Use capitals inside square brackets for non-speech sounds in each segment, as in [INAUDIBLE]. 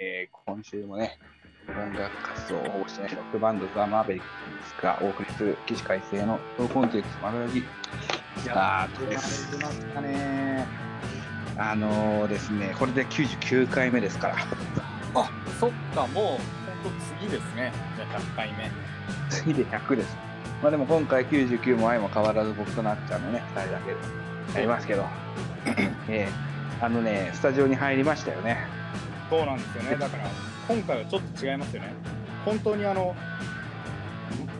えー今週もね、音楽活動を保護しないロックバンドザ・マーベリックスがお送りする起死回生のローコンテンツマブラジスタートです。ましたね。あのーですね、これで99回目ですから、そっか、もう、本当次ですね。じゃあ、100回目。次で100です。まあでも今回99も愛も変わらず僕となっちゃんのね、2人だけでやりますけど、えーあのね、スタジオに入りましたよね。そうなんですよ [LAUGHS] ね。だから、今回はちょっと違いますよね。本当にあの、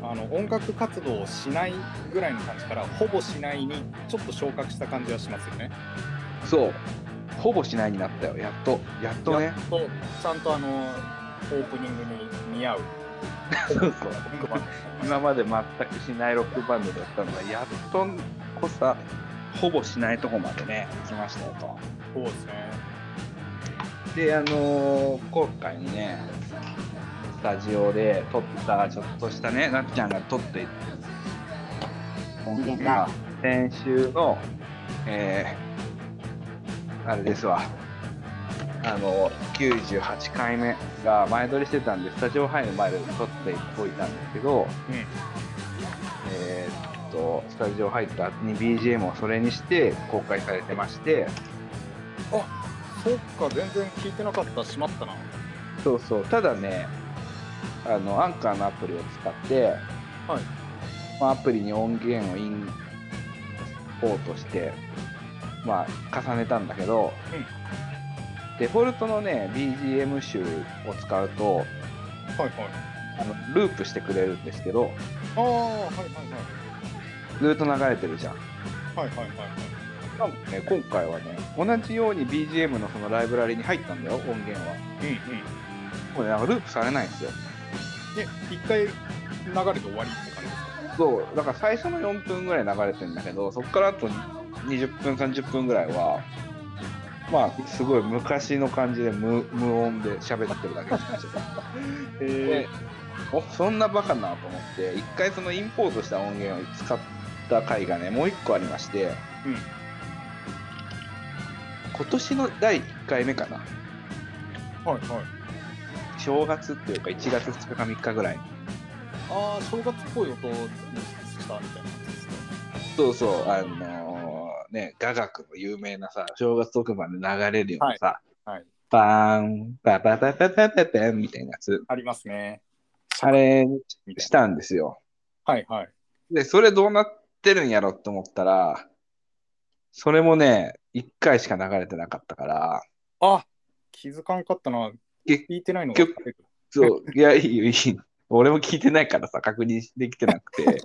あの音楽活動をしないぐらいの感じから、ほぼしないに、ちょっと昇格した感じはしますよね。そう。ほぼしないになったよ。やっと。やっとね。そう、ちゃんとあの、オープニングに [LAUGHS] 似合う。そうそう。今まで全くしないロックバンドだったのが、やっとこさ、ほぼしないとこまでね、来ましたよと。そうですね。で、あのー今回にね、スタジオで撮った、ちょっとしたね、なっちゃんが撮っていた音源が、先週の、えー、あれですわ。あの98回目が前撮りしてたんでスタジオ入る前で撮っておいたんですけど、えーっとスタジオ入った後に BGM をそれにして公開されてましてそっか、全然聞いてなかった。しまったな。そうそうただねあのアンカーのアプリを使って、まあ、アプリに音源をインポートして、まあ、重ねたんだけど、デフォルトのね BGM 集を使うとはいはい。あのループしてくれるんですけどああ、はいはいずっと流れてるじゃん。はい。はいはいはいはい。なんかね、今回はね同じように BGM のそのライブラリに入ったんだよ音源は。うんうん。これなんかループされないんですよ。で、一回流れて終わりって感じですかそうだから最初の4分ぐらい流れてんだけどそこからあと20分30分ぐらいはまあすごい昔の感じで無無音で喋ってるだけですね [LAUGHS] でおそんなバカなと思って一回そのインポートした音源を使った回がねもう一個ありまして、うん今年の第1回目かなはいはい。正月っていうか1月2日か3日ぐらいにああ、正月っぽい音にしたみたいな感じですか。そうそう、あのーね、雅楽の有名なさ、正月特番で流れるようなさ、はいはいバーン、バババババババンみたいなやつ、ありますね。あれみたいしたんですよ。な。はいはい。で、それどうなってるんやろって思ったら、それもね、1回しか流れてなかったから、あ気づかんかったな。結聞いてないのが結そう、いや、いいよ、いいよ。俺も聞いてないからさ、確認できてなくて。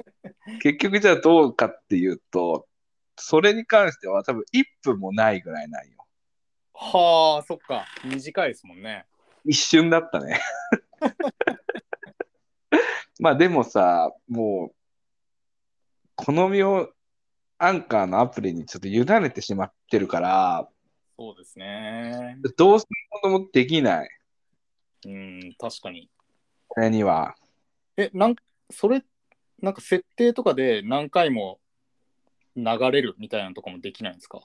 結局じゃあどうかっていうと、それに関しては多分1分もないぐらいないよ。はあ、そっか。短いですもんね。一瞬だったね。 [LAUGHS] まあでもさ、もう、好みをアンカーのアプリにちょっと委ねてしまってるから、そうですね。どうすることもできない、うん、確かに。これには。え、なんそれ、なんか設定とかで何回も流れるみたいなのとかもできないんですか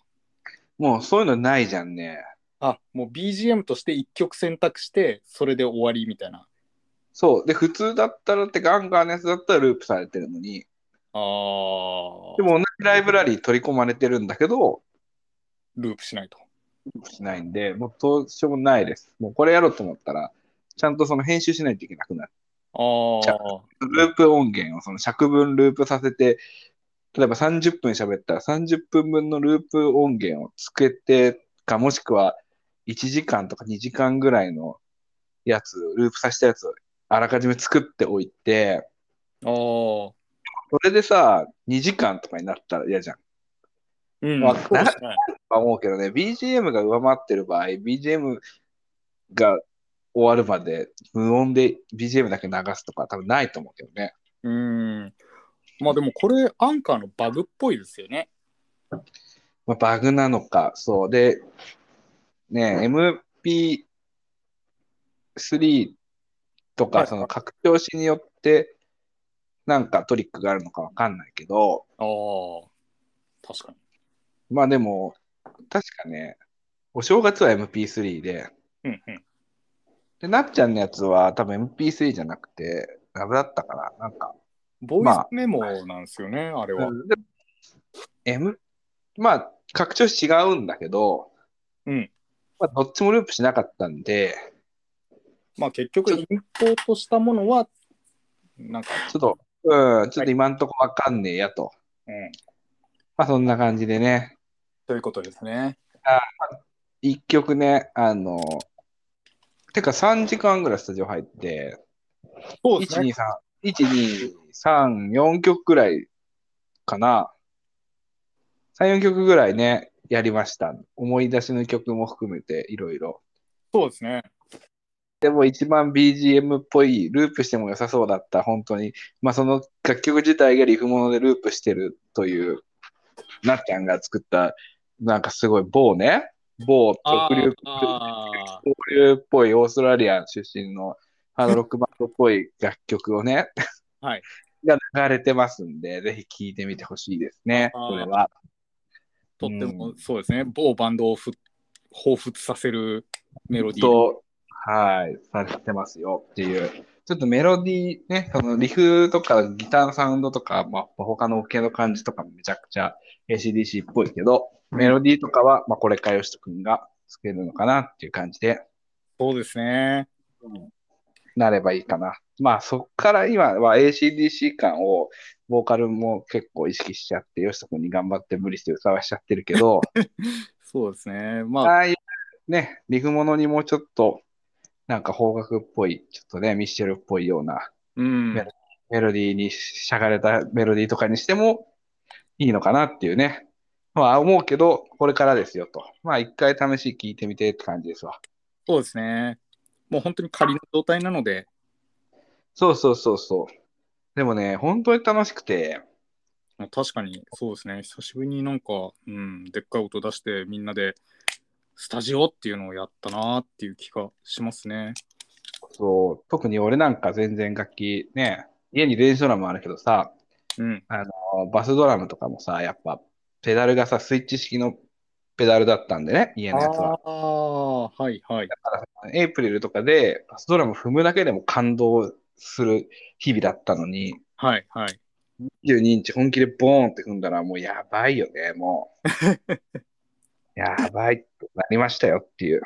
もうそういうのないじゃんね。あ、もう BGM として一曲選択して、それで終わりみたいな。そう。で、普通だったら、ってか、アンカーのやつだったらループされてるのに、ああで、も同じライブラリー取り込まれてるんだけど、ループしないと。しないんで、もうどうしようもないです。もうこれやろうと思ったら、ちゃんとその編集しないといけなくなるじゃああ。ループ音源をその尺分ループさせて、例えば30分喋ったら30分分のループ音源をつけてか、もしくは1時間とか2時間ぐらいのやつ、ループさせたやつをあらかじめ作っておいて、ああ。それでさ、2時間とかになったら嫌じゃん。うんわそうですねまあ思うけどね、BGM が上回ってる場合、BGM が終わるまで無音で BGM だけ流すとか多分ないと思うけどね。うん。まあでもこれ、アンカーのバグっぽいですよね。まあ、バグなのか、そう。で、ね、MP3 とはか、いその拡張子によって、なんかトリックがあるのかわかんないけど、ああ。確かに。まあでも、確かね、お正月は MP3 で、うんうん。で、なっちゃんのやつは多分 MP3 じゃなくて、ラブだったかな、なんか。ボイスメモなんですよね、あれは。で M? まあ、拡張子違うんだけど、うん。まあ、どっちもループしなかったんで、まあ結局、インポートしたものは、なんか、ちょっと、うん、ちょっと今んとこわかんねえやと。うん、まあ、そんな感じでね。ということですね。一曲ね、あの、てか3時間ぐらいスタジオ入って、そうです1、ね。 2、3、1、2、3、4曲ぐらいかな。3、4曲ぐらいね、やりました。思い出しの曲も含めていろいろ。そうですね。でも一番 BGM っぽい、ループしても良さそうだった、本当に。まあその楽曲自体がリフものでループしてるという、なっちゃんが作った、なんかすごい某ね、某あ特流あ交流っぽいオーストラリア出身のハードロックバンドっぽい楽曲をね、はい、 [LAUGHS] が流れてますんで、ぜひ聴いてみてほしいですね、あーこれは。とっても、そうですね。某バンドをふ彷彿させるメロディー。と、はい、されてますよっていう。ちょっとメロディーね、そのリフとかギターのサウンドとか、まあ、他のオケの感じとかもめちゃくちゃ ACDC っぽいけど、メロディーとかは、まあ、これからよしとくんがつけるのかなっていう感じで、そうですね。なればいいかな。まあそこから今は ACDC 感をボーカルも結構意識しちゃって、ヨシト君に頑張って無理して歌わしちゃってるけど、そうですね。あまあ、あいうね、リフものにもうちょっとなんか邦楽っぽい、ちょっとね、ミッシェルっぽいようなうん。メロディーにしゃがれたメロディーとかにしてもいいのかなっていうね。まあ思うけど、これからですよと。まあ一回試し聞いてみてって感じですわ。そうですね。もう本当に仮の状態なので、そうそうそうそう。でもね、本当に楽しくて、まあ確かにそうですね。久しぶりになんか、うん、でっかい音出してみんなでスタジオっていうのをやったなっていう気がしますね。そう、特に俺なんか全然楽器ね、家に電子ドラムあるけどさ、うん。バスドラムとかもさ、やっぱペダルがさ、スイッチ式のペダルだったんでね、家のやつは。ああ、はいはい。エイプリルとかでバスドラム踏むだけでも感動する日々だったのに、はいはい。 22インチ本気でボーンって踏んだらもうやばいよね、もう。 [LAUGHS] やばいとなりましたよっていう。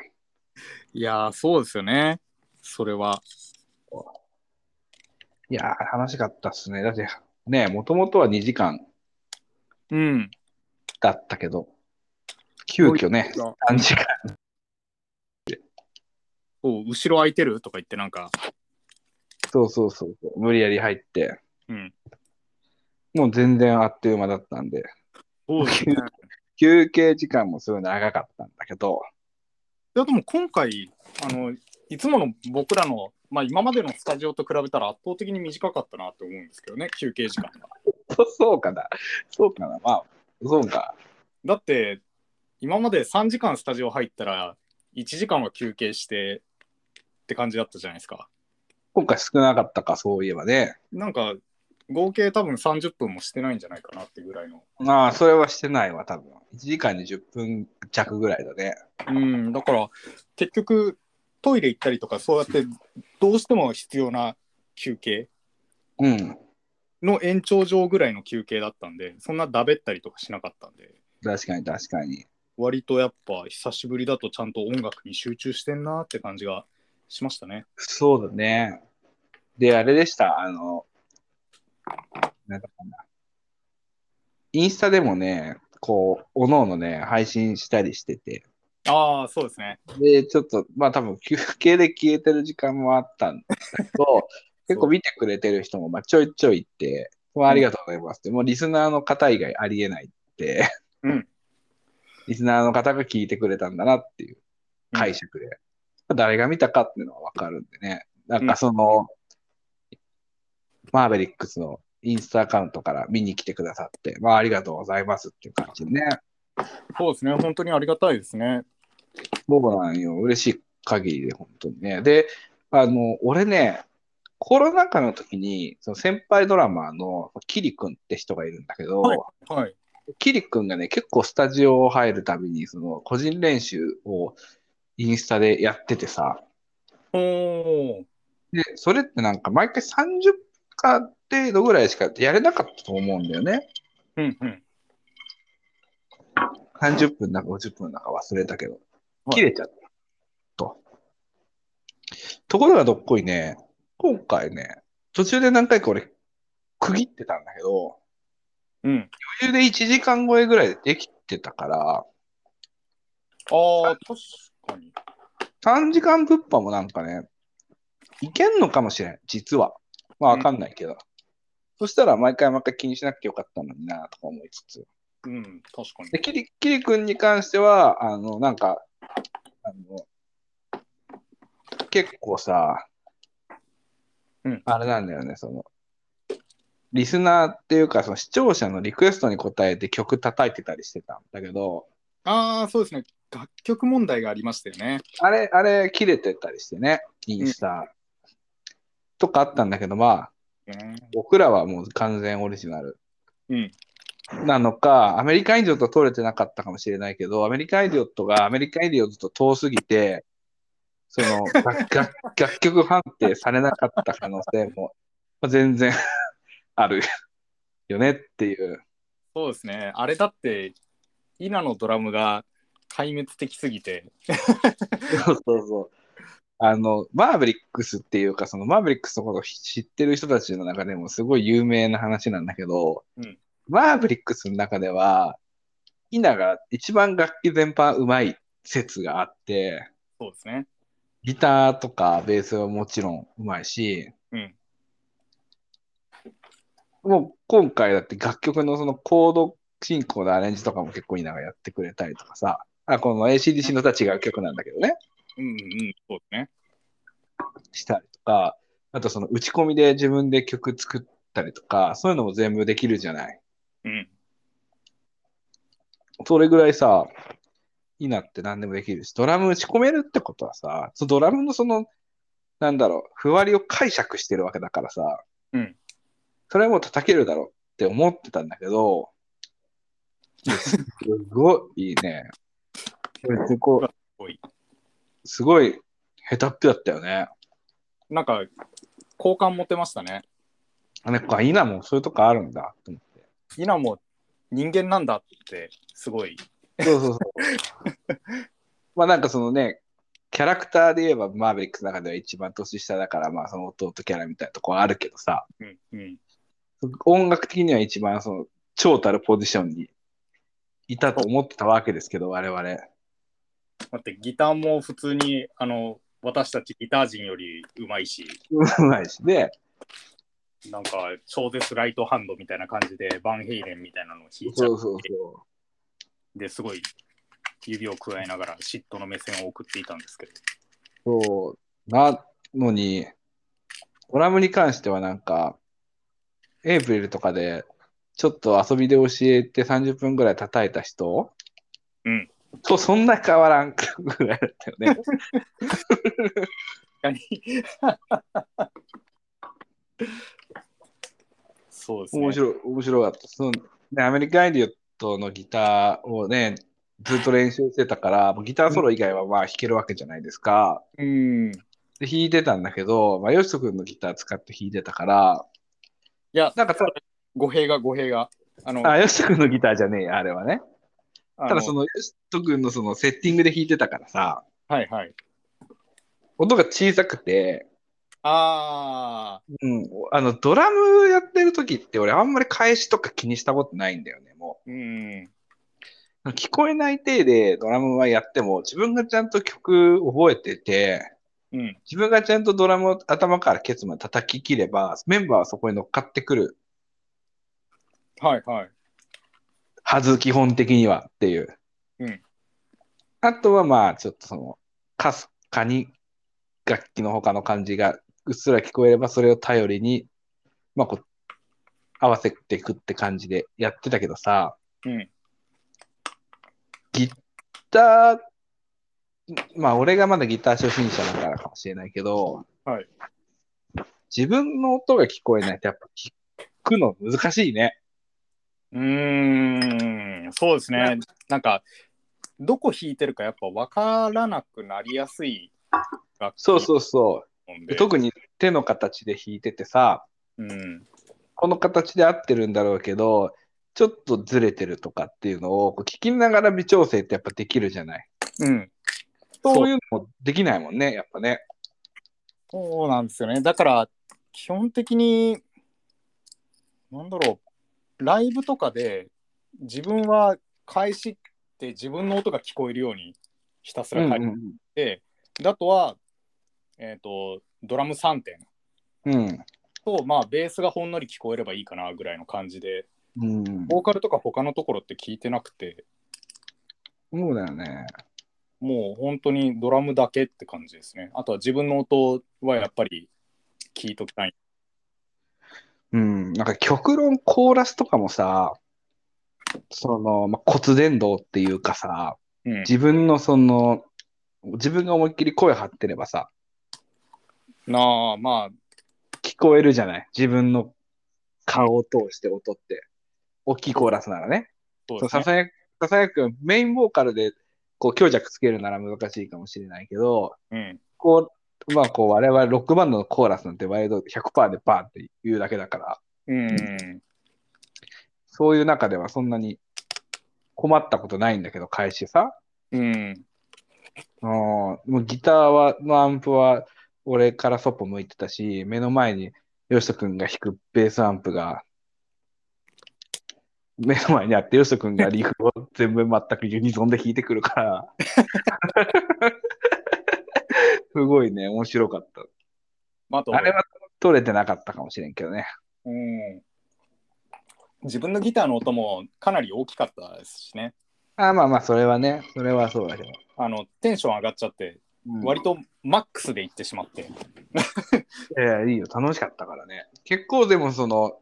いやー、そうですよね。それは。いやー、楽しかったっすね。だってね、もともとは2時間うん。だったけど、急遽ね、そ3時間。う、後ろ空いてるとか言ってなんか、そうそうそうそう。無理やり入って。うん。もう全然あっという間だったんで、そうですね。い休憩時間もすごい長かったんだけど、や、でも今回、あの、いつもの僕らの、まあ今までのスタジオと比べたら圧倒的に短かったなと思うんですけどね、休憩時間が。そ [LAUGHS] そうかな。そうかな。まあ、そうか。だって今まで3時間スタジオ入ったら1時間は休憩してって感じだったじゃないですか今回少なかったか、そういえばね。なんか合計多分30分もしてないんじゃないかなってぐらいのああ、それはしてないわ、多分。1時間に10分弱ぐらいだね。うんだから結局トイレ行ったりとかそうやってどうしても必要な休憩うん。の延長上ぐらいの休憩だったんでそんなだべったりとかしなかったんで確かに、確かに。割とやっぱ久しぶりだとちゃんと音楽に集中してんなって感じがしましたねそうだね。で、あれでした。あの、なんだかな。インスタでもね、こう、おのおのね、配信したりしてて、ああそうですねで、ちょっと、まあ多分休憩で消えてる時間もあったんだけど、結構見てくれてる人もまあちょいちょいいて、まあ、ありがとうございますって、もうリスナーの方以外ありえないって、うんリスナーの方が聞いてくれたんだなっていう解釈で、誰が見たかっていうのはわかるんでね、なんかその、マーベリックスのインスタアカウントから見に来てくださって、まあありがとうございますっていう感じでね、そうですね本当にありがたいですね僕なんよ、嬉しい限りで、本当にね。で、あの、俺ね、コロナ禍の時に、その先輩ドラマーのキリ君って人がいるんだけど、はい。キリ君がね、結構スタジオ入るたびに、その個人練習をインスタでやっててさ、おお。で、それってなんか毎回30か程度ぐらいしかやれなかったと思うんだよね。うんうん。 30分だか50分だか忘れたけど。はい切れちゃった。と。ところがどっこいね、今回ね、途中で何回か俺、区切ってたんだけど、うん。途中で1時間超えぐらいでできてたから、ああ、確かに。 3時間物販もなんかね、いけんのかもしれん、実は。まあ、わかんないけど。そしたら、毎回毎回気にしなくてよかったのにな、とか思いつつ。うん、確かにで、。キリ、キリ君に関しては、あの、なんか、あの、結構さ、うんあれなんだよね、その、リスナーっていうか、その視聴者のリクエストに応えて曲叩いてたりしてたんだけど、ああ、そうですね。楽曲問題がありましたよね。あれ、あれ、切れてたりしてね、インスタ、とかあったんだけど、まあ、僕らはもう完全オリジナル。うん。なのか、アメリカンイディオット取れてなかったかもしれないけど、アメリカンイディオットがアメリカンイディオットと遠すぎて、その楽楽楽曲判定されなかった可能性も、まあ、全然 [LAUGHS] あるよねっていう。そうですね。あれだって、イナのドラムが壊滅的すぎて。そうそうそう。あの、マーベリックスっていうか、そのマーベリックスのことを知ってる人たちの中でもすごい有名な話なんだけど、うんマーベリックスの中では、イナが一番楽器全般うまい説があって、そうですね。ギターとかベースはもちろんうまいし、うんもう今回だって楽曲のそのコード進行のアレンジとかも結構イナがやってくれたりとかさ、あこの ACDC のたちが曲なんだけどね。うんうん、そうですね。したりとか、あとその打ち込みで自分で曲作ったりとか、そういうのも全部できるじゃない。うん。それぐらいさ、いいなって何でもできるし、ドラム打ち込めるってことはさ、そのドラムのその、なんだろう、ふわりを解釈してるわけだからさ、うんそれはもう叩けるだろうって思ってたんだけど、すごいね。すごい。すごい、下手っぴだったよね。なんか、好感持てましたね。あ、なんか、いいなもんそういうとこあるんだと思って。イナも人間なんだって、すごい。そうそうそう。まあなんかそのね、キャラクターで言えばマーベリックスの中では一番年下だから、まあその弟キャラみたいなとこはあるけどさ、うんうん。音楽的には一番その超たるポジションにいたと思ってたわけですけど、我々。だってギターも普通に、あの、私たちギター人よりうまいし、うまいし。で、なんか超絶ライトハンドみたいな感じで、バンヘイレンみたいなのを弾いちゃそううそうそですごい指を加えながら嫉妬の目線を送っていたんですけど。う。そう。なのに、ドラムに関してはなんか、エイプリルとかで、ちょっと遊びで教えて30分ぐらい叩いた人うん。とそんな変わらんくらいだったよね。確かに。そうですね。面白い、面白かった。そのね、アメリカンイディオットのギターをね、ずっと練習してたから、もうギターソロ以外はまあ弾けるわけじゃないですか。うん。いで弾いてたんだけど、まあ、ヨシト君のギター使って弾いてたから、や、なんかた語弊が語弊が。あの、あ、ヨシト君のギターじゃねえや、あれはね。あただそのヨシト君のそのセッティングで弾いてたからさ、はいはい。音が小さくて、あうん、あの、ドラムやってる時って俺あんまり返しとか気にしたことないんだよね、もう。ー、うん。聞こえない体でドラムはやっても、自分がちゃんと曲覚えてて、うん。自分がちゃんとドラムを頭からケツまで叩き切れば、メンバーはそこに乗っかってくるはいはい。はず、基本的にはっていう。うんあとはまあ、ちょっとその、かすかに楽器の他の感じがうっすら聞こえれば、それを頼りに、まあこう、合わせていくって感じでやってたけどさ、うん。ギター、まあ俺がまだギター初心者だからかもしれないけど、はい自分の音が聞こえないとやっぱ聞くの難しいね。うーん。そうですね。なんか、どこ弾いてるかやっぱ分からなくなりやすい楽器そうそうそうなんでで特に手の形で弾いててさうん、この形で合ってるんだろうけどちょっとずれてるとかっていうのをこう聞きながら微調整ってやっぱできるじゃないうん、そういうのもできないもんねやっぱねそうなんですよねだから基本的になんだろうライブとかで自分は返しって自分の音が聞こえるようにひたすらうん返しで、であとは、えー、とドラム3点うんうんと、まあ、ベースがほんのり聞こえればいいかなぐらいの感じでうんボーカルとか他のところって聞いてなくてそうだよねもう本当にドラムだけって感じですねあとは自分の音はやっぱり聞いときたいうんなんか極論コーラスとかもさその、まあ、骨伝導っていうかさうん自分のその自分が思いっきり声張ってればさなあまあ聞こえるじゃない自分の顔を通して音って。大きいコーラスならね。そうそうですさねさやささやくメインボーカルでこう強弱つけるなら難しいかもしれないけど、うんこう、まあこう我々ロックバンドのコーラスなんて割と100%でバーンって言うだけだから、うんそういう中ではそんなに困ったことないんだけど、返しさ。うんうん、もうギターはのアンプは俺からそっぽ向いてたし、目の前にヨシト君が弾くベースアンプが目の前にあって、ヨシト君がリフを全部全くユニゾンで弾いてくるから、 [LAUGHS] すごいね、面白かっまああとた。あれは取れてなかったかもしれんけどね。うん、自分のギターの音もかなり大きかったですしねあまあまあ、それはね、それはそうだけど。あのテンション上がっちゃってうん割とマックスでいってしまって、いやいやいいよ、楽しかったからね。結構でもその、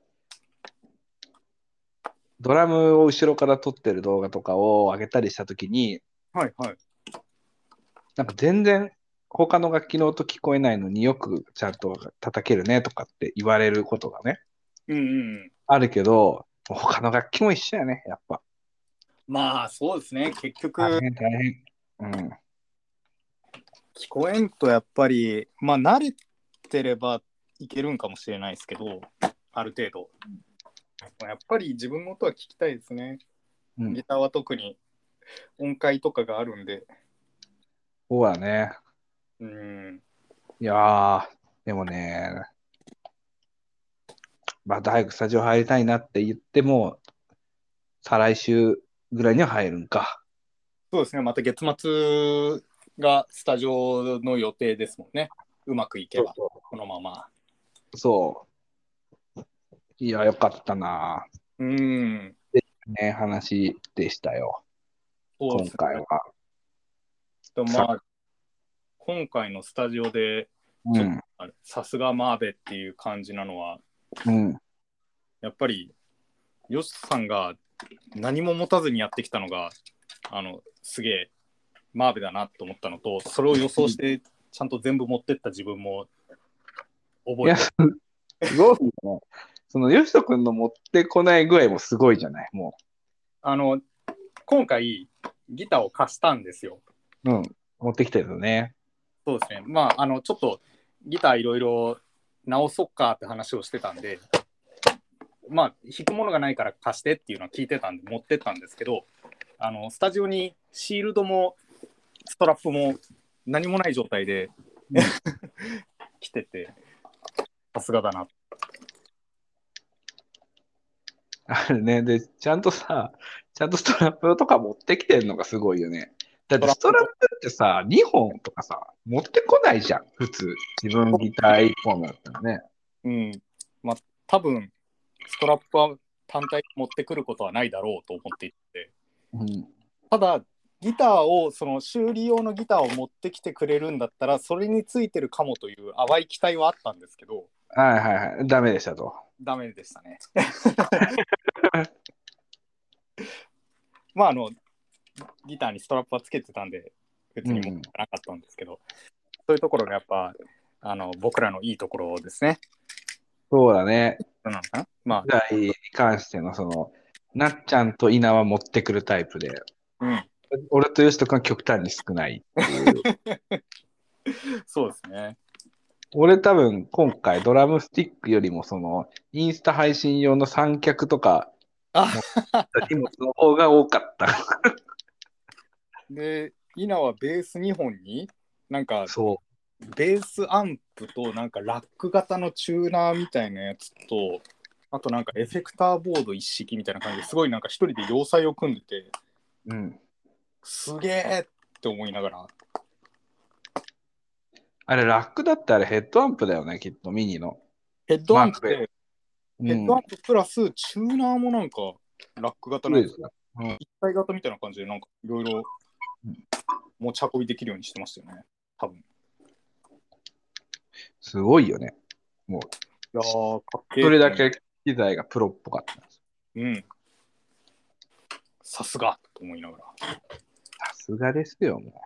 ドラムを後ろから撮ってる動画とかを上げたりしたときに、はいはいなんか全然他の楽器の音聞こえないのによくちゃんと叩けるねとかって言われることがね、うんうんあるけど、他の楽器も一緒やね、やっぱ。まあそうですね結局大変大変。うん。聞こえんとやっぱりまあ慣れてればいけるんかもしれないですけどある程度まあやっぱり自分の音は聞きたいですねうんギターは特に音階とかがあるんでそうだね。うんいやー、でもね、また早くスタジオ入りたいなって言っても、再来週ぐらいには入るんか。そうですねまた月末がスタジオの予定ですもんねうまくいけばそこのままういや、よかったな。うんね、話でしたよ、そう今ですね回は。とまあ今回のスタジオでうん、さすがマーベっていう感じなのはうん、やっぱり、ヨシさんが何も持たずにやってきたのが、あの、すげえ、マーベだなと思ったのと、それを予想して、ちゃんと全部持ってった自分もい覚えや、てすごいね。その、よしとくんの持ってこない具合もすごいじゃない、もあの、今回、ギターを貸したんですよ。う。うん、持ってきてるよね。そうですね。まあ、あの、ちょっと、ギターいろいろ直そっかって話をしてたんで、まあ、弾くものがないから貸してっていうのは聞いてたんで、持ってったんですけど、あの、スタジオにシールドも、ストラップも何もない状態でうん来てて、さすがだな。あれね、で、ちゃんとさ、ちゃんとストラップとか持ってきてるのがすごいよね。だってストラップってさ、2本とかさ、持ってこないじゃん、普通。自分ギター1本だったらね。うん。まあ、多分、ストラップは単体持ってくることはないだろうと思っていて、うん。ただギターをその修理用のギターを持ってきてくれるんだったらそれについてるかもという淡い期待はあったんですけどはいはいはい。ダメでしたと。ダメでしたね。 [LAUGHS] まああのギターにストラップはつけてたんで別にもなかったんですけど、そういうところがやっぱあの僕らのいいところですね。そうだね。そうなのかなまギターに関しての、その、なっちゃんと稲は持ってくるタイプで、あ、うん、俺と吉人君は極端に少ないっていう。そうですね。俺多分今回ドラムスティックよりもそのインスタ配信用の三脚とかあ荷物の方が多かった。で、イナはベース2本に、なんかそベースアンプとなんかラック型のチューナーみたいなやつと、あとなんかエフェクターボード一式みたいな感じですごいなんか一人で要塞を組んでて、う。うん。すげえって思いながら、あれ、ラックだってあれヘッドアンプだよね、きっとミニの。ヘッドアンプマーで、うんヘッドアンププラスチューナーもなんかラック型のそうやでつすか一体型みたいな感じで、なんかいろいろ持ち運びできるようにしてましたよね、多分いすごいよね。やー、かっけーそれだけ機材がプロっぽかった。うん。さすがと思いながら。さすがですよ、も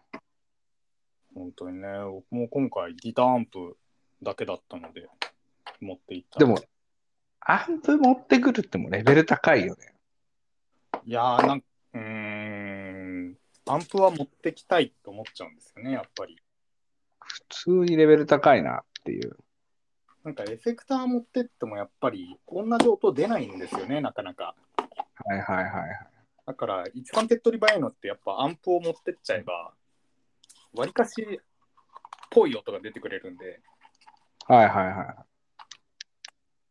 本当にね、僕も今回ギターアンプだけだったので、持っていった。う。でも、、アンプ持ってくるってもレベル高いよね。いやー、なんうーん、アンプは持ってきたいと思っちゃうんですよね、やっぱり。普通にレベル高いなっていう。なんかエフェクター持ってってもやっぱり同じ音出ないんですよね、なかなか。はいはいはいはい。だから一番手っ取り早いのってやっぱアンプを持ってっちゃえば、わりかしっぽい音が出てくれるんで、はいはいはい。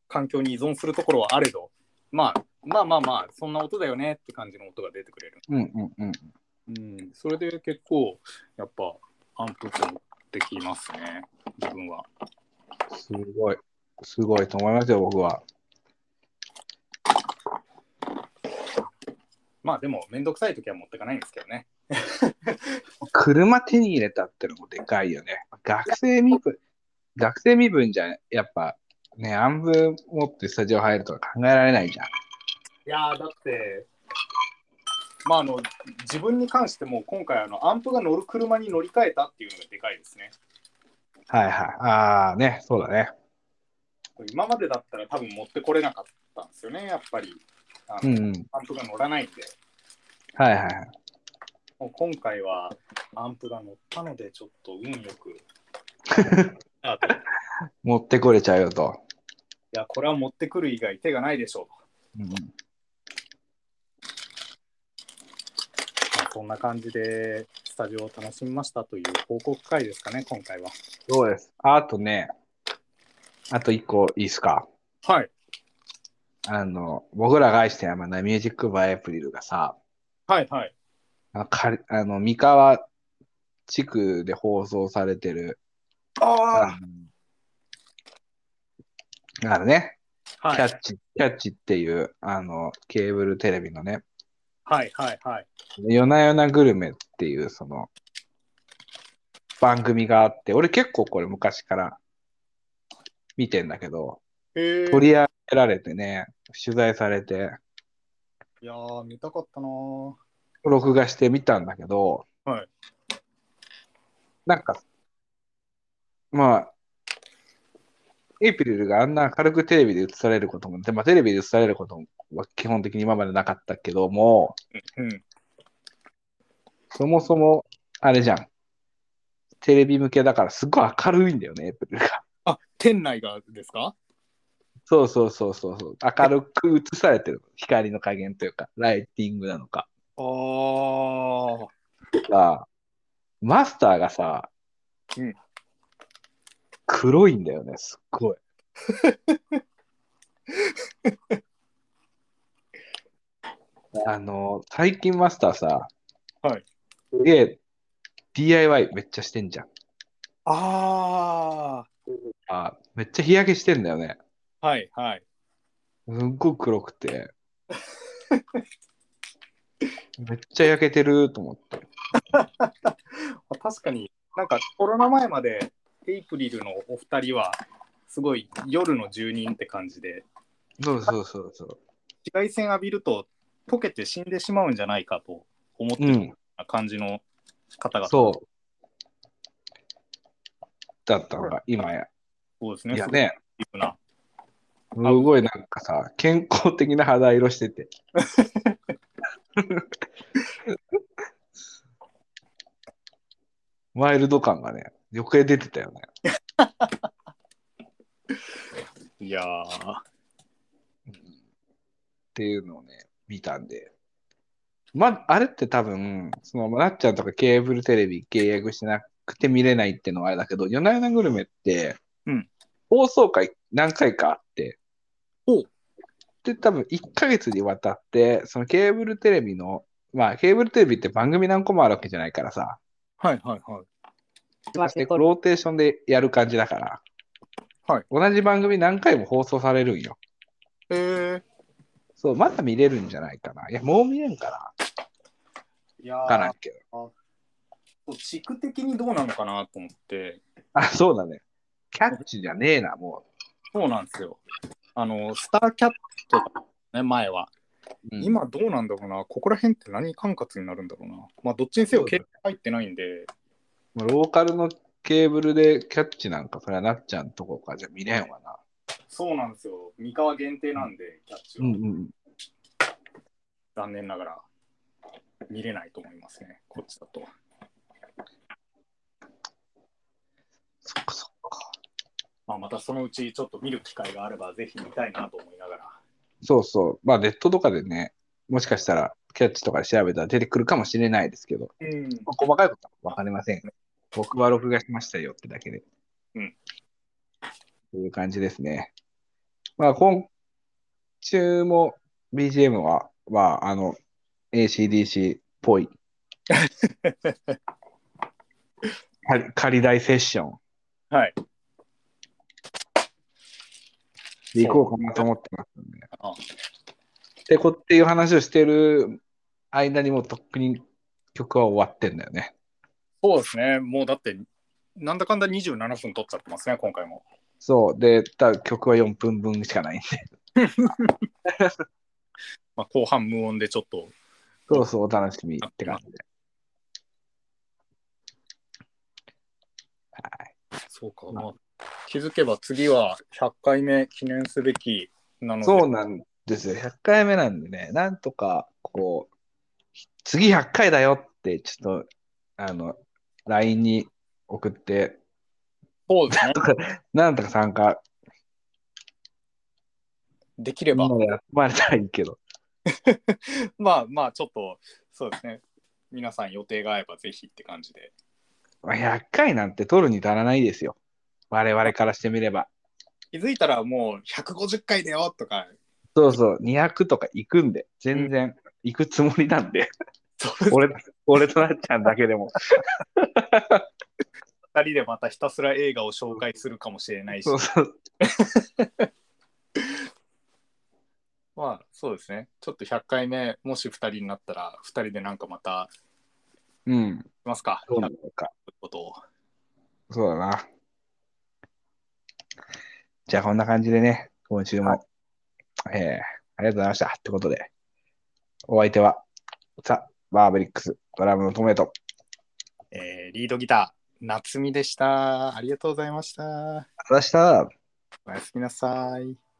環境に依存するところはあれど、まあ、まあまあまあ、そんな音だよねって感じの音が出てくれる。うんうんうん。うん、それで結構、やっぱ、アンプって持ってきますね、自分は。すごい。すごいと思いますよ、僕は。まあでも、めんどくさい時は持ってかないんですけどね。車手に入れたってのもでかいよね。学生身分、学生身分じゃ、やっぱ、ね、アンブ持ってスタジオ入るとか考えられないじゃん。いやー、だって、まああの、自分に関しても、今回あの、アンプが乗る車に乗り換えたっていうのがでかいですね。はいはい。ああ、ね、そうだね。今までだったら多分持ってこれなかったんですよね、やっぱり。あうのんうん。アンプが乗らないんで。はいはいはい。もう今回はアンプが乗ったので、ちょっと運よく。あとい持ってこれちゃうよと。や、これは持ってくる以外手がないでしょうう。んうん、まあそんな感じでスタジオを楽しみましたという報告会ですかね、今回は。そうです。あとね、あと一個いいっすか。はい。あの、僕らが愛してやまないミュージックバイアプリルがさ、はいはい。あかりあの三河地区で放送されてる、ああのあるね、あはキャいッチ、キャッチっていう、あの、ケーブルテレビのね、はいはいはい。夜な夜なグルメっていう、その、番組があって、俺結構これ昔から見てんだけど、へえ取り上げられてね、取材されて、いやー、見たかったなー録画してみたんだけど、はいなんか、まあ、エイプリルがあんな軽くテレビで映されることも、でまあ、テレビで映されることは基本的に今までなかったけども、うん。そもそも、あれじゃん。テレビ向けだから、すっごい明るいんだよね、エイプリルが。あ、店内がですかそうそうそうそうそう。明るく映されてる。光の加減というか、ライティングなのか。ああ。さ、マスターがさ、うん黒いんだよね、すっ [LAUGHS] ごい。あの、最近マスターさ、はいすげえ DIY めっちゃしてんじゃん。ああめっちゃ日焼けしてんだよね。あ。はいはい。すっごい黒くて。めっちゃ焼けてると思って。あ確かになんかコロナ前までエイプリルのお二人はすごい夜の住人って感じでそうそうそうそう。紫外線浴びると溶けて死んでしまうんじゃないかと思ってうるよん。うな感じの方々そう。だったのが、今や。そうですいね。やすごいね、ディープな。すごいなんかさ、健康的な肌色して [LAUGHS] て。ワイルド感がね、余計出てたよね。いやーうんっていうのをね、見たんで。ま、あれって多分、その、なっちゃんとかケーブルテレビ契約しなくて見れないってのはあれだけど、夜な夜なグルメって、うん放送回何回かあって、おうで、多分1ヶ月にわたって、そのケーブルテレビの、まあ、ケーブルテレビって番組何個もあるわけじゃないからさ、はいはいはい。そしてローテーションでやる感じだから、はい同じ番組何回も放送されるんよ。えー、そう、まだ見れるんじゃないかな。いや、もう見れんかな。いやわからんけど。ー地区的にどうなのかなと思って、あ、そうだね。キャッチじゃねえな、もそうなんですよ。あの、スターキャットね、前は。う。うん、今どうなんだろうな、ここら辺って何管轄になるんだろうな。まあ、どっちにせよ、経営入ってないんで、もうローカルのケーブルでキャッチなんか、それはなっちゃんとこかじゃ見れんわな。そうなんですよ。三河限定なんで、キャッチは。うん。残念ながら、見れないと思いますね、こっちだと。そっかそっか。まあ、またそのうち、ちょっと見る機会があれば、ぜひ見たいなと思いながら。そうそう。まあ、ネットとかでね、もしかしたらキャッチとかで調べたら出てくるかもしれないですけど、うん。まあ細かいことはわかりません。僕は録画しましたよってだけで。うん。という感じですね。まあ、今週も BGM は、まあ、あの、ACDC っぽい。 [LAUGHS] 仮仮大セッション。はい。で行こうかなと思ってますんで。あで、こっていう話をしてる間にもうとっくに曲は終わってんだよね。そうですね、もうだって、なんだかんだ27分取っちゃってますね、今回も。そう。で、た曲は4分分しかないんで。まあ、後半無音でちょっと、そうそう、お楽しみって感じで。はい。そうか、まあ、気づけば次は100回目記念すべきなので、そうなんですよ。100回目なんでね、なんとか、こう、次100回だよって、ちょっと、あの、LINE に送って、そうですね。なんとか参加、できれば、今やってもらえたらいいけど。まあまあ、ちょっと、そうですね。皆さん予定が合えばぜひって感じで。まあ100回なんて取るに足らないですよ。我々からしてみれば。気づいたらもう150回だよとか、そうそう、200とか行くんで、全然行くつもりなんで、そうです俺俺となっちゃんだけでも。 2人でまたひたすら映画を紹介するかもしれない [LAUGHS] しそ、うそう。まあそうですね。ちょっと100回目、もし2人になったら、2人でなんかまた、うん。いますか、どうな100のか。ことを。そうだな。じゃあ、こんな感じでね、今週も、えーありがとうございました。ってことで、お相手は、ザ・バーベリックス、ドラムのトメと、えーリードギター、夏美でした。ありがとうございました。ありがとうございました。おやすみなさい。